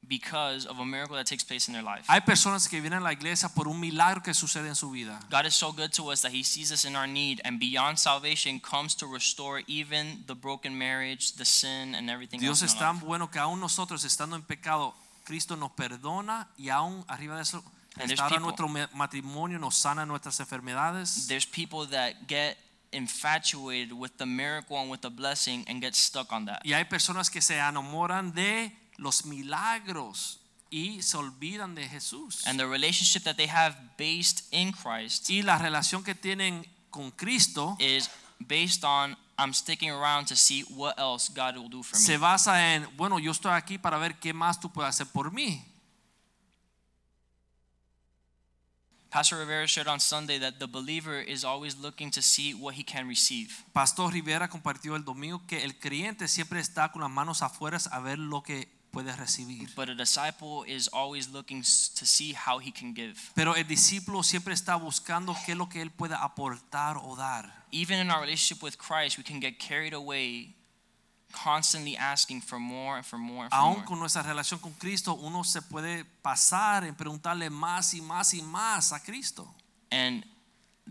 because of a miracle that takes place in their life.
Hay personas que vienen a la iglesia por un milagro que sucede en su vida.
God is so good to us that He sees us in our need and beyond salvation comes to restore even the broken marriage, the sin, and everything
Dios
else.
es
in our
tan
life.
bueno que aún nosotros estando en pecado, Cristo nos perdona y aún arriba de eso
And there's
restaura
people-
nuestro me- matrimonio, nos sana nuestras enfermedades.
There's people that get infatuated with the miracle and with the blessing and get stuck on that.
Y hay personas que se enamoran de los milagros y se olvidan de Jesús.
And the relationship that they have based in Christ
y la relación que tienen con Cristo
is based on I'm sticking around to see what else God will do for
se
me.
basa en, bueno, yo estoy aquí para ver qué más tú puedes hacer por mí.
Pastor Rivera shared on Sunday that the believer is always looking to see what he can receive.
Pastor Rivera compartió el domingo que el creyente siempre está con las manos afuera a ver lo que puede recibir.
But a disciple is always looking s- to see how he can give.
Pero el discípulo siempre está buscando qué es lo que él puede aportar o dar.
Even in our relationship with Christ, we can get carried away constantly asking for more and for more and for
Aún
more.
con nuestra relación con Cristo, uno se puede pasar en preguntarle más y más y más a Cristo.
And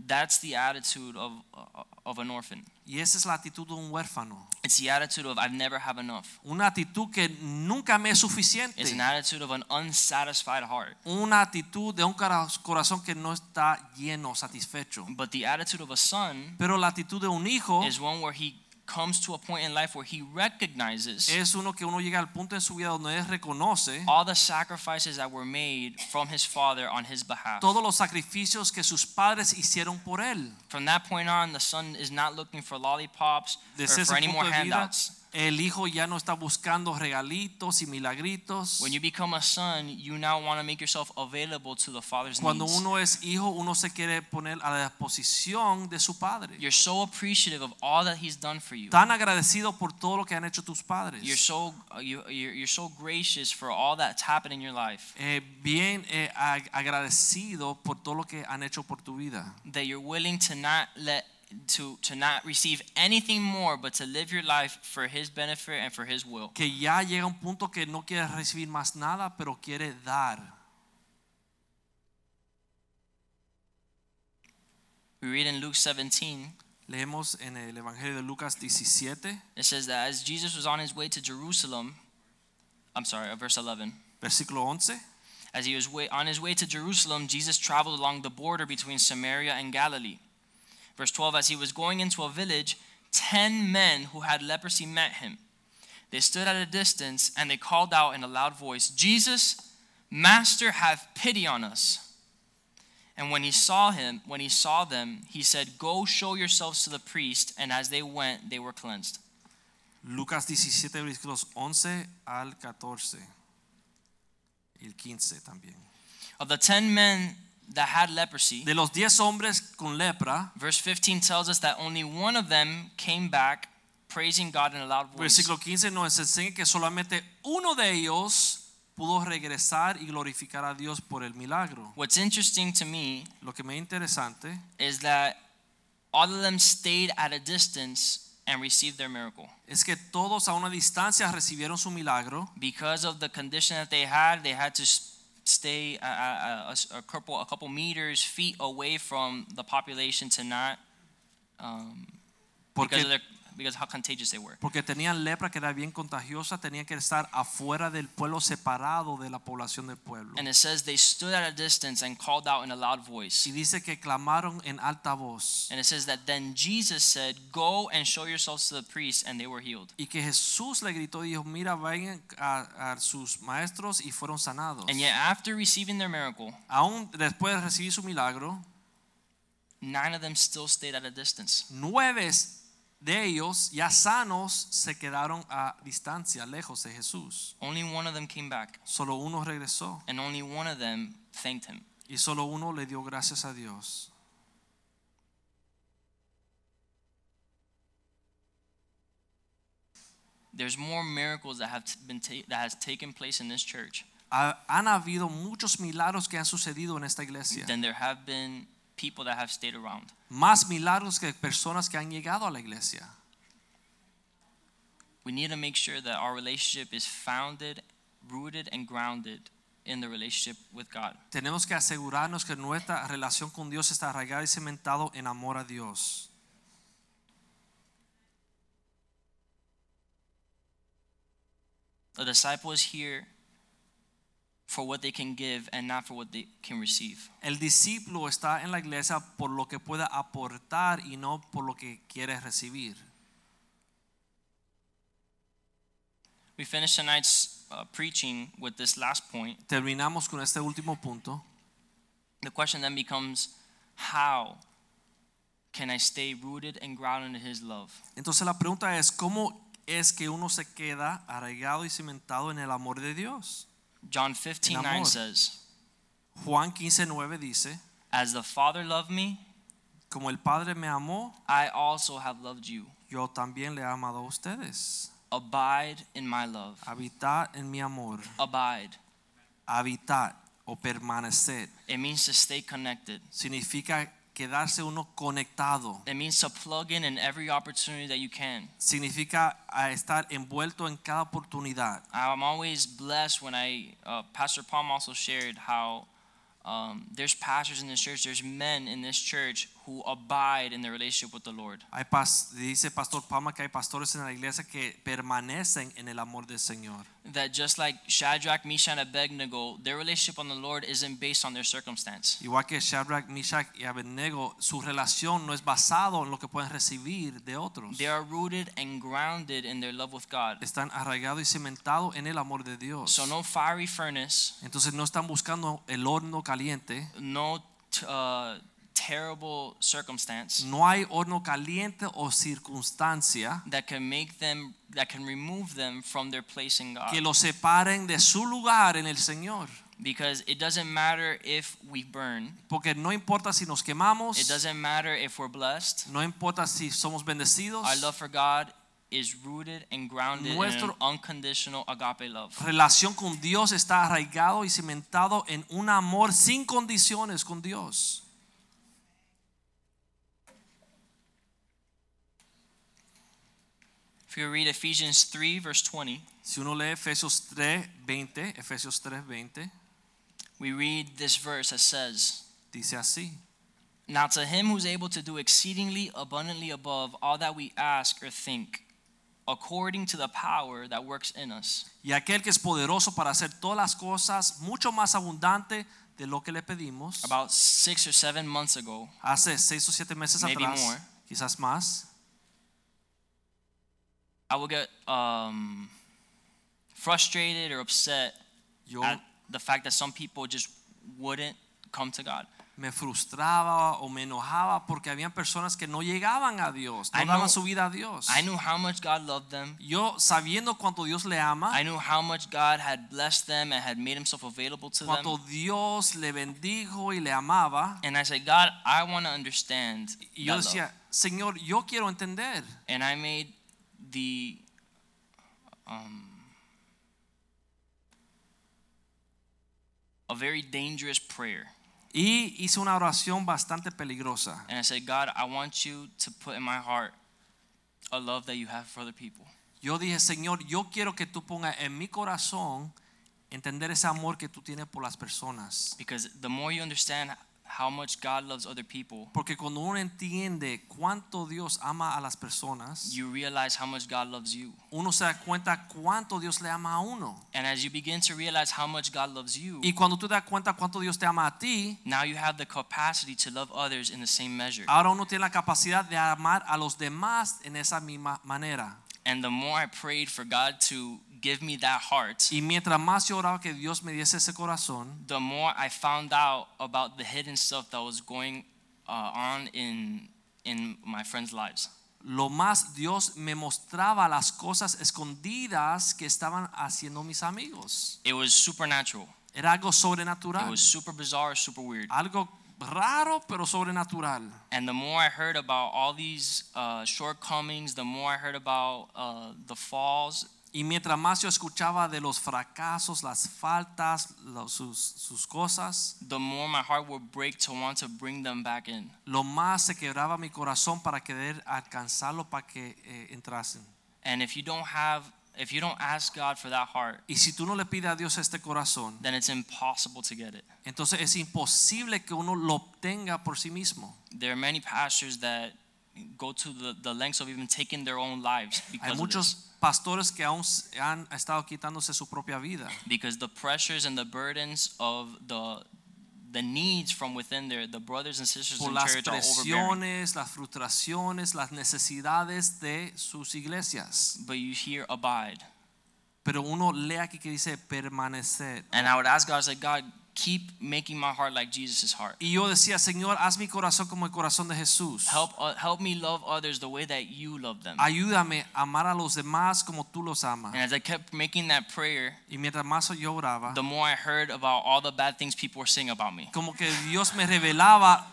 that's the attitude of, uh, of an orphan.
Y esa es la actitud de un huérfano.
It's the attitude of I've never have enough.
Una actitud que nunca me es suficiente.
It's an attitude of an unsatisfied heart.
Una actitud de un cara- corazón que no está lleno, satisfecho.
But the attitude of a son
Pero la actitud de un hijo
is one where he comes to a point in life where he recognizes
es Oh. uno que uno llega al punto en su vida donde él reconoce
all the sacrifices that were made from his father on his behalf.
todos los sacrificios que sus padres hicieron por él.
From that point on, the son is not looking for lollipops or
Desde ese
for any
punto
more
de vida,
handouts.
el hijo ya no está buscando regalitos y milagritos.
When you become a son, you now want to make yourself available to the father's
Cuando
needs.
uno es hijo, uno se quiere poner a la disposición de su padre.
You're so appreciative of all that he's done for you.
Tan agradecido por todo lo que han hecho tus
You're
padres.
so uh, you, you're, you're so gracious for all that's happened in your life
Eh, bien eh, ag- agradecido por todo lo que han hecho por tu vida.
that you're willing to not let to to not receive anything more but to live your life for his benefit and for his will.
Que ya llega un punto que no quiere recibir más nada, pero quiere dar.
We read in Luke 17
Leemos en el Evangelio de Lucas 17,
it says that as Jesus was on his way to Jerusalem, I'm sorry, uh, verse 11.
versículo 11.
As he was way, on his way to Jerusalem, Jesus traveled along the border between Samaria and Galilee. Verse 12 As he was going into a village, ten men who had leprosy met him. They stood at a distance and they called out in a loud voice, Jesus, Master, have pity on us. And when he saw him, when he saw them, he said, Go show yourselves to the priest. And as they went, they were cleansed.
Lucas 17, versículos 11 al 14. Y el 15 también.
Of the ten men that had leprosy,
De los 10 hombres con lepra,
Verse 15 tells us that only one of them came back praising God in a loud voice.
versículo 15 nos enseña que solamente uno de ellos pudo regresar y glorificar a Dios por el milagro.
What's interesting to me
Lo que me es interesante
is that all of them stayed at a distance and received their miracle.
es que todos a una distancia recibieron su milagro
Because of the condition that they had, they had to s- stay a, a, a- a couple, a couple meters, feet away from the population to not, um, because, of
porque,
their, because of how contagious they were.
porque tenían lepra que era bien contagiosa, tenían que estar afuera del pueblo, separado de la población del pueblo.
And it says they stood at a distance and called out in a loud voice.
Y dice que clamaron en alta voz.
And it says that then Jesus said, Go and show yourselves to the priests, and they were healed.
Y que Jesús le gritó y dijo, mira, vayan a, a sus maestros y fueron sanados.
And yet, after receiving their miracle,
Aún después de recibir su milagro,
nine of them still stayed at a distance.
nueve de ellos ya sanos se quedaron a distancia, lejos de Jesús.
Only one of them came back,
Solo uno regresó
and only one of them thanked him.
y solo uno le dio gracias a Dios.
There's more miracles that have t- been ta- that has taken place in this church
Ha- han habido muchos milagros que han sucedido en esta iglesia.
than there have been people that have stayed around.
Más milagros que personas que han llegado a la iglesia.
we need to make sure that our relationship is founded, rooted, and grounded in the relationship with God.
Tenemos que asegurarnos que nuestra relación con Dios está arraigada y cementado en amor a Dios.
A disciple is here for what they can give and not for what they can receive.
El discípulo está en la iglesia por lo que pueda aportar y no por lo que quiere recibir.
We finished tonight's uh, preaching with this last point.
Terminamos con este último punto.
The question then becomes how can I stay rooted and grounded in His love?
Entonces la pregunta es, ¿cómo es que uno se queda arraigado y cimentado en el amor de Dios?
John 15
En
9
amor.
says,
Juan 15:9 dice,
As the Father loved me,
como el Padre me amó,
I also have loved you.
yo también le he amado a ustedes.
Abide in my love.
Habitad en mi amor.
Abide.
Habitar o permanecer
It means to stay connected.
significa quedarse uno conectado.
It means to plug in in every opportunity that you can.
Significa a estar envuelto en cada oportunidad.
I'm always blessed when I, uh, Pastor Palm also shared how um, there's pastors in this church, there's men in this church who abide in their relationship with the Lord.
Hay pas- dice Pastor Palma que hay pastores en la iglesia que permanecen en el amor del Señor.
That just like Shadrach, Meshach, and Abednego, their relationship on the Lord isn't based on their circumstance.
Igual que Shadrach, Meshach y Abednego, su relación no es basado en lo que pueden recibir de otros.
They are rooted and grounded in their love with God.
Están arraigados y cimentados en el amor de Dios.
So no fiery furnace,
Entonces no están buscando el horno caliente.
no t- uh, terrible circumstance
No hay horno caliente o circunstancia
that can make them, that can remove them from their place in God.
que los separen de su lugar en el Señor.
Because it doesn't matter if we burn.
Porque no importa si nos quemamos,
It doesn't matter if we're blessed.
no importa si somos bendecidos,
Our love for God is rooted and grounded in an
Nuestro-
unconditional agape love.
relación con Dios está arraigado y cimentado en un amor sin condiciones con Dios.
If you read Ephesians 3, verse 20,
Si uno lee Efesios 3:20, Efesios 3:20
we read this verse that says,
dice así:
Now to him who's able to do exceedingly abundantly above all that we ask or think, according to the power that works in us.
Y aquel que es poderoso para hacer todas las cosas mucho más abundante de lo que le pedimos.
About six or seven months ago,
Hace seis o siete meses
Maybe
atrás,
more.
quizás más,
I would get um, frustrated or upset
yo
at the fact that some people just wouldn't come to God.
me frustraba o me enojaba porque habían personas que no llegaban a Dios, no
I
daban
know-
su vida a Dios.
I knew how much God loved them.
Yo sabiendo cuánto Dios le ama,
I knew how much God had blessed them and had made himself available to them.
cuánto Dios le bendijo y le amaba,
And I said, God, I want to understand
y yo
that love."
decía, Señor, yo quiero entender.
And I made the um, a very dangerous prayer.
Y hice una oración bastante peligrosa.
And I said, God, I want you to put in my heart a love that you have for other people.
Yo dije, Señor, yo quiero que tú pongas en mi corazón entender ese amor que tú tienes por las personas.
Because the more you understand how much God loves other people,
Porque cuando uno entiende cuánto Dios ama a las personas,
you realize how much God loves you.
uno se da cuenta cuánto Dios le ama a uno.
And as you begin to realize how much God loves you,
Y cuando tú te das cuenta cuánto Dios te ama a ti,
now you have the capacity to love others in the same measure.
ahora uno tiene la capacidad de amar a los demás en esa misma manera.
And the more I prayed for God to give me that heart,
Y mientras más yo oraba que Dios me diese ese corazón,
the more I found out about the hidden stuff that was going uh, on in in my friends' lives.
lo más Dios me mostraba las cosas escondidas que estaban haciendo mis amigos.
It was supernatural.
Era algo
It
sobrenatural.
was super bizarre, super weird.
Algo raro, pero sobrenatural.
And the more I heard about all these uh, shortcomings, the more I heard about uh, the falls,
Y mientras más yo escuchaba de los fracasos, las faltas, los- sus, sus cosas,
the more my heart would break to want to bring them back in.
lo más se quebraba mi corazón para querer alcanzarlo, para que eh, entrasen.
And if you don't have, if you don't ask God for that heart,
Y si tú no le pides a Dios este corazón,
then it's impossible to get it.
entonces es imposible que uno lo obtenga por sí mismo.
There are many pastors that go to the, the lengths of even taking their own lives because
Hay
of
muchos
this.
pastores que aún s- han estado quitándose su propia vida
because the pressures and the burdens of the the needs from within their the brothers and sisters
por
in
las
church are overbearing.
presiones, las frustraciones, las necesidades de sus iglesias.
But you hear abide.
Pero uno lee aquí que dice permanecer.
And I would ask God, I was like, God, keep making my heart like Jesus' heart.
Y yo decía, Señor, haz mi corazón como el corazón de Jesús.
Help, uh, help me love others the way that you love them.
Ayúdame a amar a los demás como tú los amas.
And as I kept making that prayer,
Y mientras más yo oraba,
the more I heard about all the bad things people were saying about me.
como que Dios me revelaba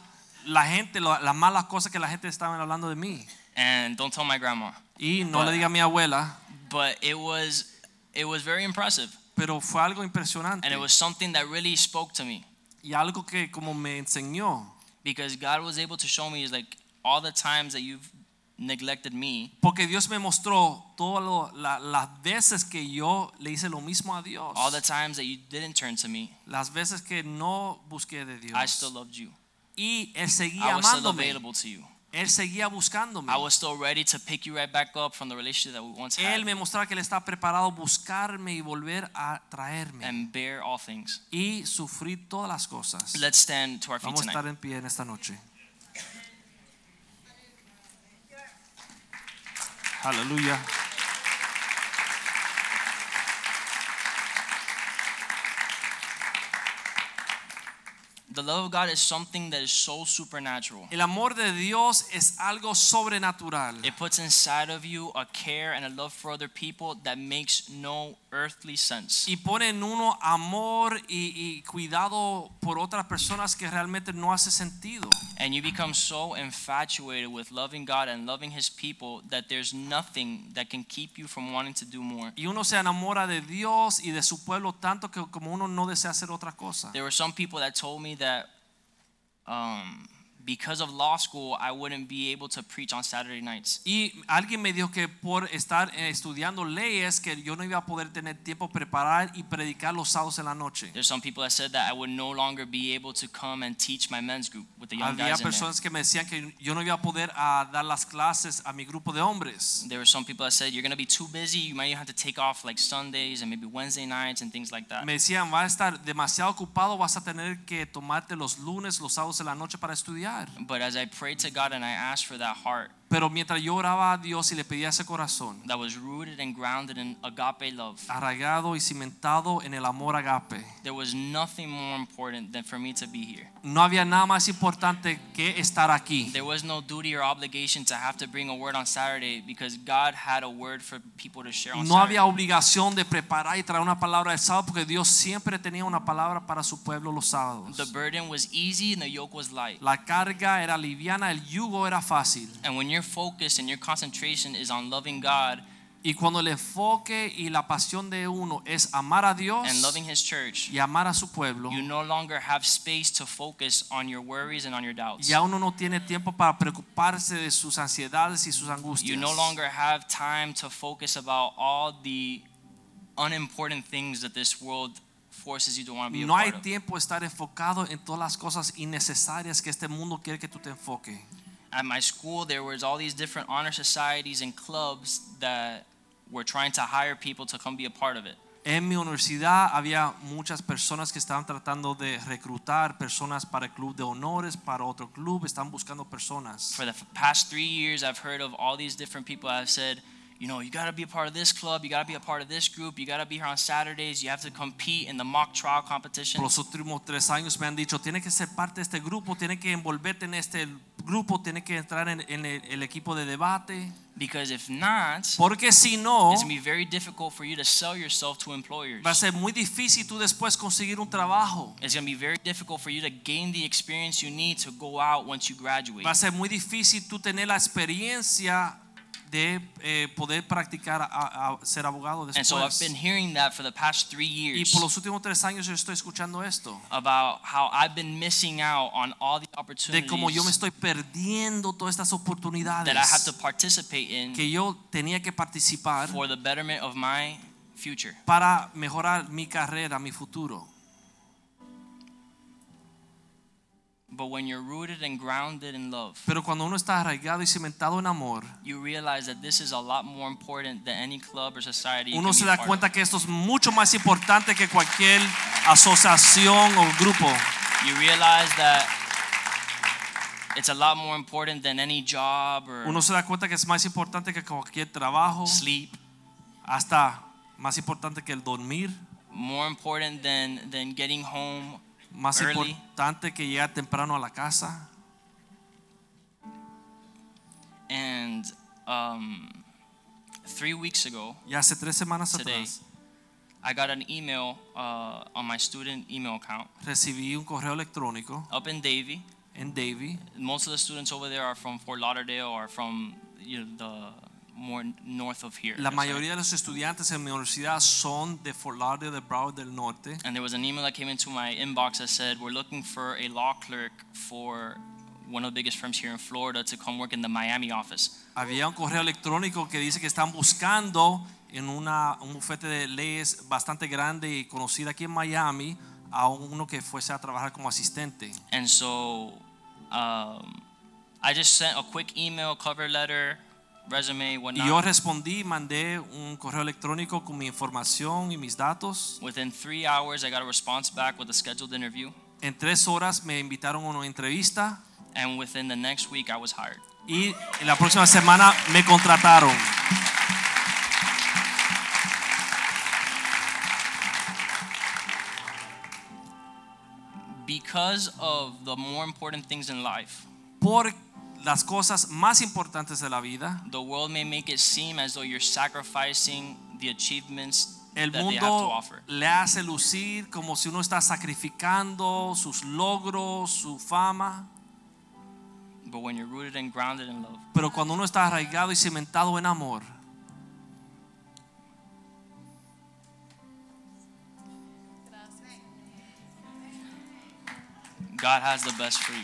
la gente, lo- las malas cosas que la gente estaba hablando de mí.
And don't tell my grandma.
Y no le diga a mi abuela,
But it was it was very impressive.
pero fue algo impresionante
And it was something that really spoke to me.
y algo que como me enseñó.
Because God was able to show me is like all the times that you've neglected me,
Porque Dios me mostró todas las veces que yo le hice lo mismo a Dios.
all the times that you didn't turn to me,
Las veces que no busqué de Dios.
I still loved you.
y Él seguía
I was still
amándome.
available to you.
Él seguía buscándome.
I was still ready to pick you right back up from the relationship that we once
Él
had
me mostraba que Él estaba preparado a buscarme y volver a traerme.
and bear all things.
y sufrir todas las cosas.
Let's stand to our feet
Vamos a
tonight.
estar en pie en esta noche. Aleluya.
The love of God is something that is so supernatural.
El amor de Dios es algo sobrenatural.
It puts inside of you a care and a love for other people that makes no earthly sense.
Y pone en uno amor y, y cuidado por otras personas que realmente no hace sentido.
And you become so infatuated with loving God and loving His people that there's nothing that can keep you from wanting to do more.
Y uno se enamora de Dios y de su pueblo tanto que como uno no desea hacer otra cosa.
There were some people that told me that um, because of law school, I wouldn't be able to preach on Saturday nights.
Y alguien me dijo que por estar eh, estudiando leyes que yo no iba a poder tener tiempo preparar y predicar los sábados en la noche.
There's some people that said that I would no longer be able to come and teach my men's group with the young
Había
guys in there.
personas que me decían que yo no iba a poder ah, dar las clases a mi grupo de hombres.
There were some people that said you're gonna be too busy. You might even have to take off like Sundays and maybe Wednesday nights and things like that.
Me decían, va a estar demasiado ocupado, vas a tener que tomarte los lunes, los sábados en la noche para estudiar.
But as I prayed to God and I asked for that heart
Pero mientras yo oraba a Dios y le pedía ese corazón,
that was rooted and grounded in agape love,
arraigado y cimentado en el amor agape,
there was nothing more important than for me to be here.
no había nada más importante que estar aquí.
There was no duty or obligation to have to bring a word on Saturday because God had a word for people to share on
No
Saturday.
había obligación de preparar y traer una palabra el sábado porque Dios siempre tenía una palabra para su pueblo los
The
sábados.
burden was easy and the yoke was light.
La carga era liviana, el yugo era fácil.
And when your focus and your concentration is on loving God
Y cuando el enfoque y la pasión de uno es amar a Dios
and loving His church,
y amar a su pueblo,
you no longer have space to focus on your worries and on your doubts.
ya uno no tiene tiempo para preocuparse de sus ansiedades y sus
You
angustias.
no longer have time to focus about all the unimportant things that this world forces you to want to be a
no hay
part of.
tiempo de estar enfocado en todas las cosas innecesarias que este mundo quiere que tú te enfoques.
At my school, there was all these different honor societies and clubs that were trying to hire people to come be a part of it.
En mi universidad había muchas personas que estaban tratando de reclutar personas para el club de honores, para otro club, están buscando personas.
For the f- past three years, I've heard of all these different people. I've said, you know, you got to be a part of this club. You got to be a part of this group. You got to be here on Saturdays. You have to compete in the mock trial
Por
competition.
los últimos tres años me han dicho, tiene que ser parte de este grupo, tiene que envolverte en este grupo, tiene que entrar en, en el, el equipo de debate.
Because if not, it's
Porque si no,
going to be very difficult for you to sell yourself to employers.
va a ser muy difícil tú después conseguir un trabajo.
It's going to be very difficult for you to gain the experience you need to go out once you graduate.
Va a ser muy difícil tú tener la experiencia de eh, poder practicar a, a ser abogado
And so I've
después.
been hearing that for the past three
y
years
por los últimos tres años yo estoy escuchando esto.
about how I've been missing out on all the
De cómo yo
opportunities
me estoy perdiendo todas estas oportunidades
that I have to participate in
que yo tenía que participar
for the betterment of my future.
para mejorar mi carrera, mi futuro.
But when you're rooted and grounded in love,
Pero cuando uno está arraigado y cimentado en amor,
you realize that this is a lot more important than any club or society. You
uno
can
se
be
da
part
cuenta que esto es mucho más importante que cualquier asociación o grupo.
of. You realize that it's a lot more important than any job or
Uno se da cuenta que es más importante que cualquier trabajo,
sleep.
hasta más importante que el dormir,
More important than than getting home.
más
Early.
importante que llegar temprano a la casa.
And um, three weeks ago,
Y hace tres semanas
Today.
atrás
I got an email uh, on my student email account
recibí un correo electrónico
up in Davie.
en Davie.
Most of the students over there are from Fort Lauderdale or from you know, the more north of here.
La mayoría de los estudiantes en mi universidad son de Fort Lauderdale, de Broward del Norte.
And there was an email that came into my inbox that said, We're looking for a law clerk for one of the biggest firms here in Florida to come work in the Miami office.
Había un correo electrónico que dice que están buscando en una, un bufete de leyes bastante grande y conocido aquí en Miami a uno que fuese a trabajar como asistente.
And so um, I just sent a quick email, cover letter, resume,
Y yo
whatnot.
respondí, mandé un correo electrónico con mi información y mis datos.
Within three hours, I got a response back with a scheduled interview.
En tres horas me invitaron a una entrevista
And within the next week, I was hired.
y la próxima semana me contrataron.
Because of the more important things in life,
Por las cosas más importantes de la vida,
the world may make it seem as though you're sacrificing the achievements
el
that they have to
mundo
offer.
le hace lucir como si uno está sacrificando sus logros, su fama.
But when you're rooted and grounded in love,
Pero cuando uno está arraigado y cimentado en amor,
God has the best for you.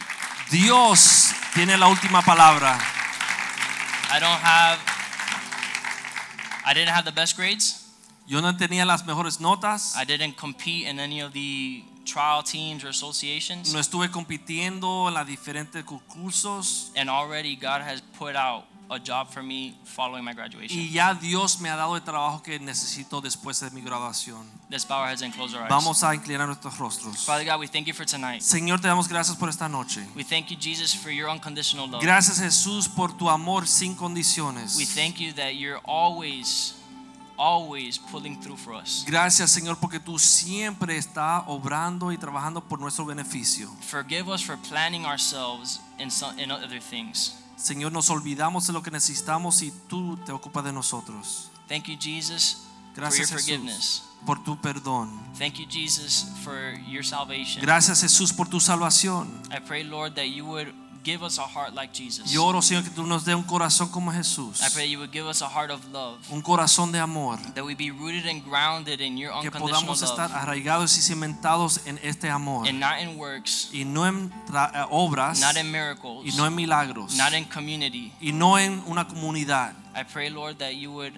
Dios tiene la última palabra.
I don't have, I didn't have the best grades.
Yo no tenía las mejores notas.
I didn't compete in any of the trial teams or associations.
No estuve compitiendo en las diferentes concursos
And already God has put out a job for me following my graduation.
y ya Dios me ha dado el trabajo que necesito después de mi graduación.
Let's bow our heads and close our eyes.
Vamos a inclinar nuestros rostros.
Father God, we thank you for tonight.
Señor, te damos gracias por esta noche.
We thank you, Jesus, for your unconditional love.
Gracias Jesús por tu amor sin condiciones.
We thank you that you're always, always pulling through for us.
Gracias Señor porque tú siempre estás obrando y trabajando por nuestro beneficio.
Forgive us for planning ourselves in, some, in other things.
Señor, nos olvidamos de lo que necesitamos y tú te ocupas de nosotros.
Thank you, Jesus,
Gracias
for your forgiveness.
Jesús por tu perdón.
Thank you, Jesus, for your salvation.
Gracias Jesús por tu salvación.
I pray, Lord, that you would give us a heart like Jesus.
Yo oro, Señor, que tú nos dé un corazón como Jesús.
I pray you would give us a heart of love.
Un corazón de amor.
That we be rooted and grounded in your
Que
unconditional
podamos estar
love.
arraigados y cimentados en este amor.
And not in works,
Y no en tra- eh, obras.
not in miracles,
Y no en milagros.
not in community.
Y no en una comunidad.
I pray, Lord, that you would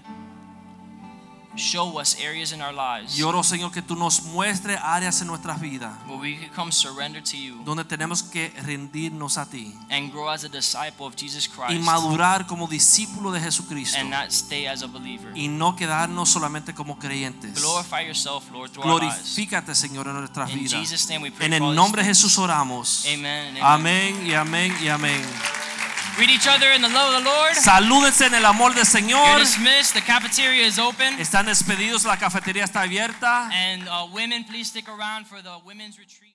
show us areas in our lives
Yo oro, Señor, que tú nos muestres áreas en nuestras vidas
where we could come surrender to you
donde tenemos que rendirnos a ti
and grow as a disciple of Jesus
y
Christ
madurar como discípulo de Jesucristo
and not stay as a believer.
y no quedarnos solamente como creyentes.
Glorify yourself, Lord, through our lives.
Glorifícate, Señor, en nuestras
In
vidas.
Jesus' name we pray.
En
for all
el
these
nombre de
things.
Jesús oramos.
Amen. and amen.
Amén y amén y amén.
Greet each other in the love of the Lord.
Salúdense en el amor del
You're
Señor.
dismissed. The cafeteria is open.
Están despedidos, la cafetería está abierta.
And uh, women, please stick around for the women's retreat.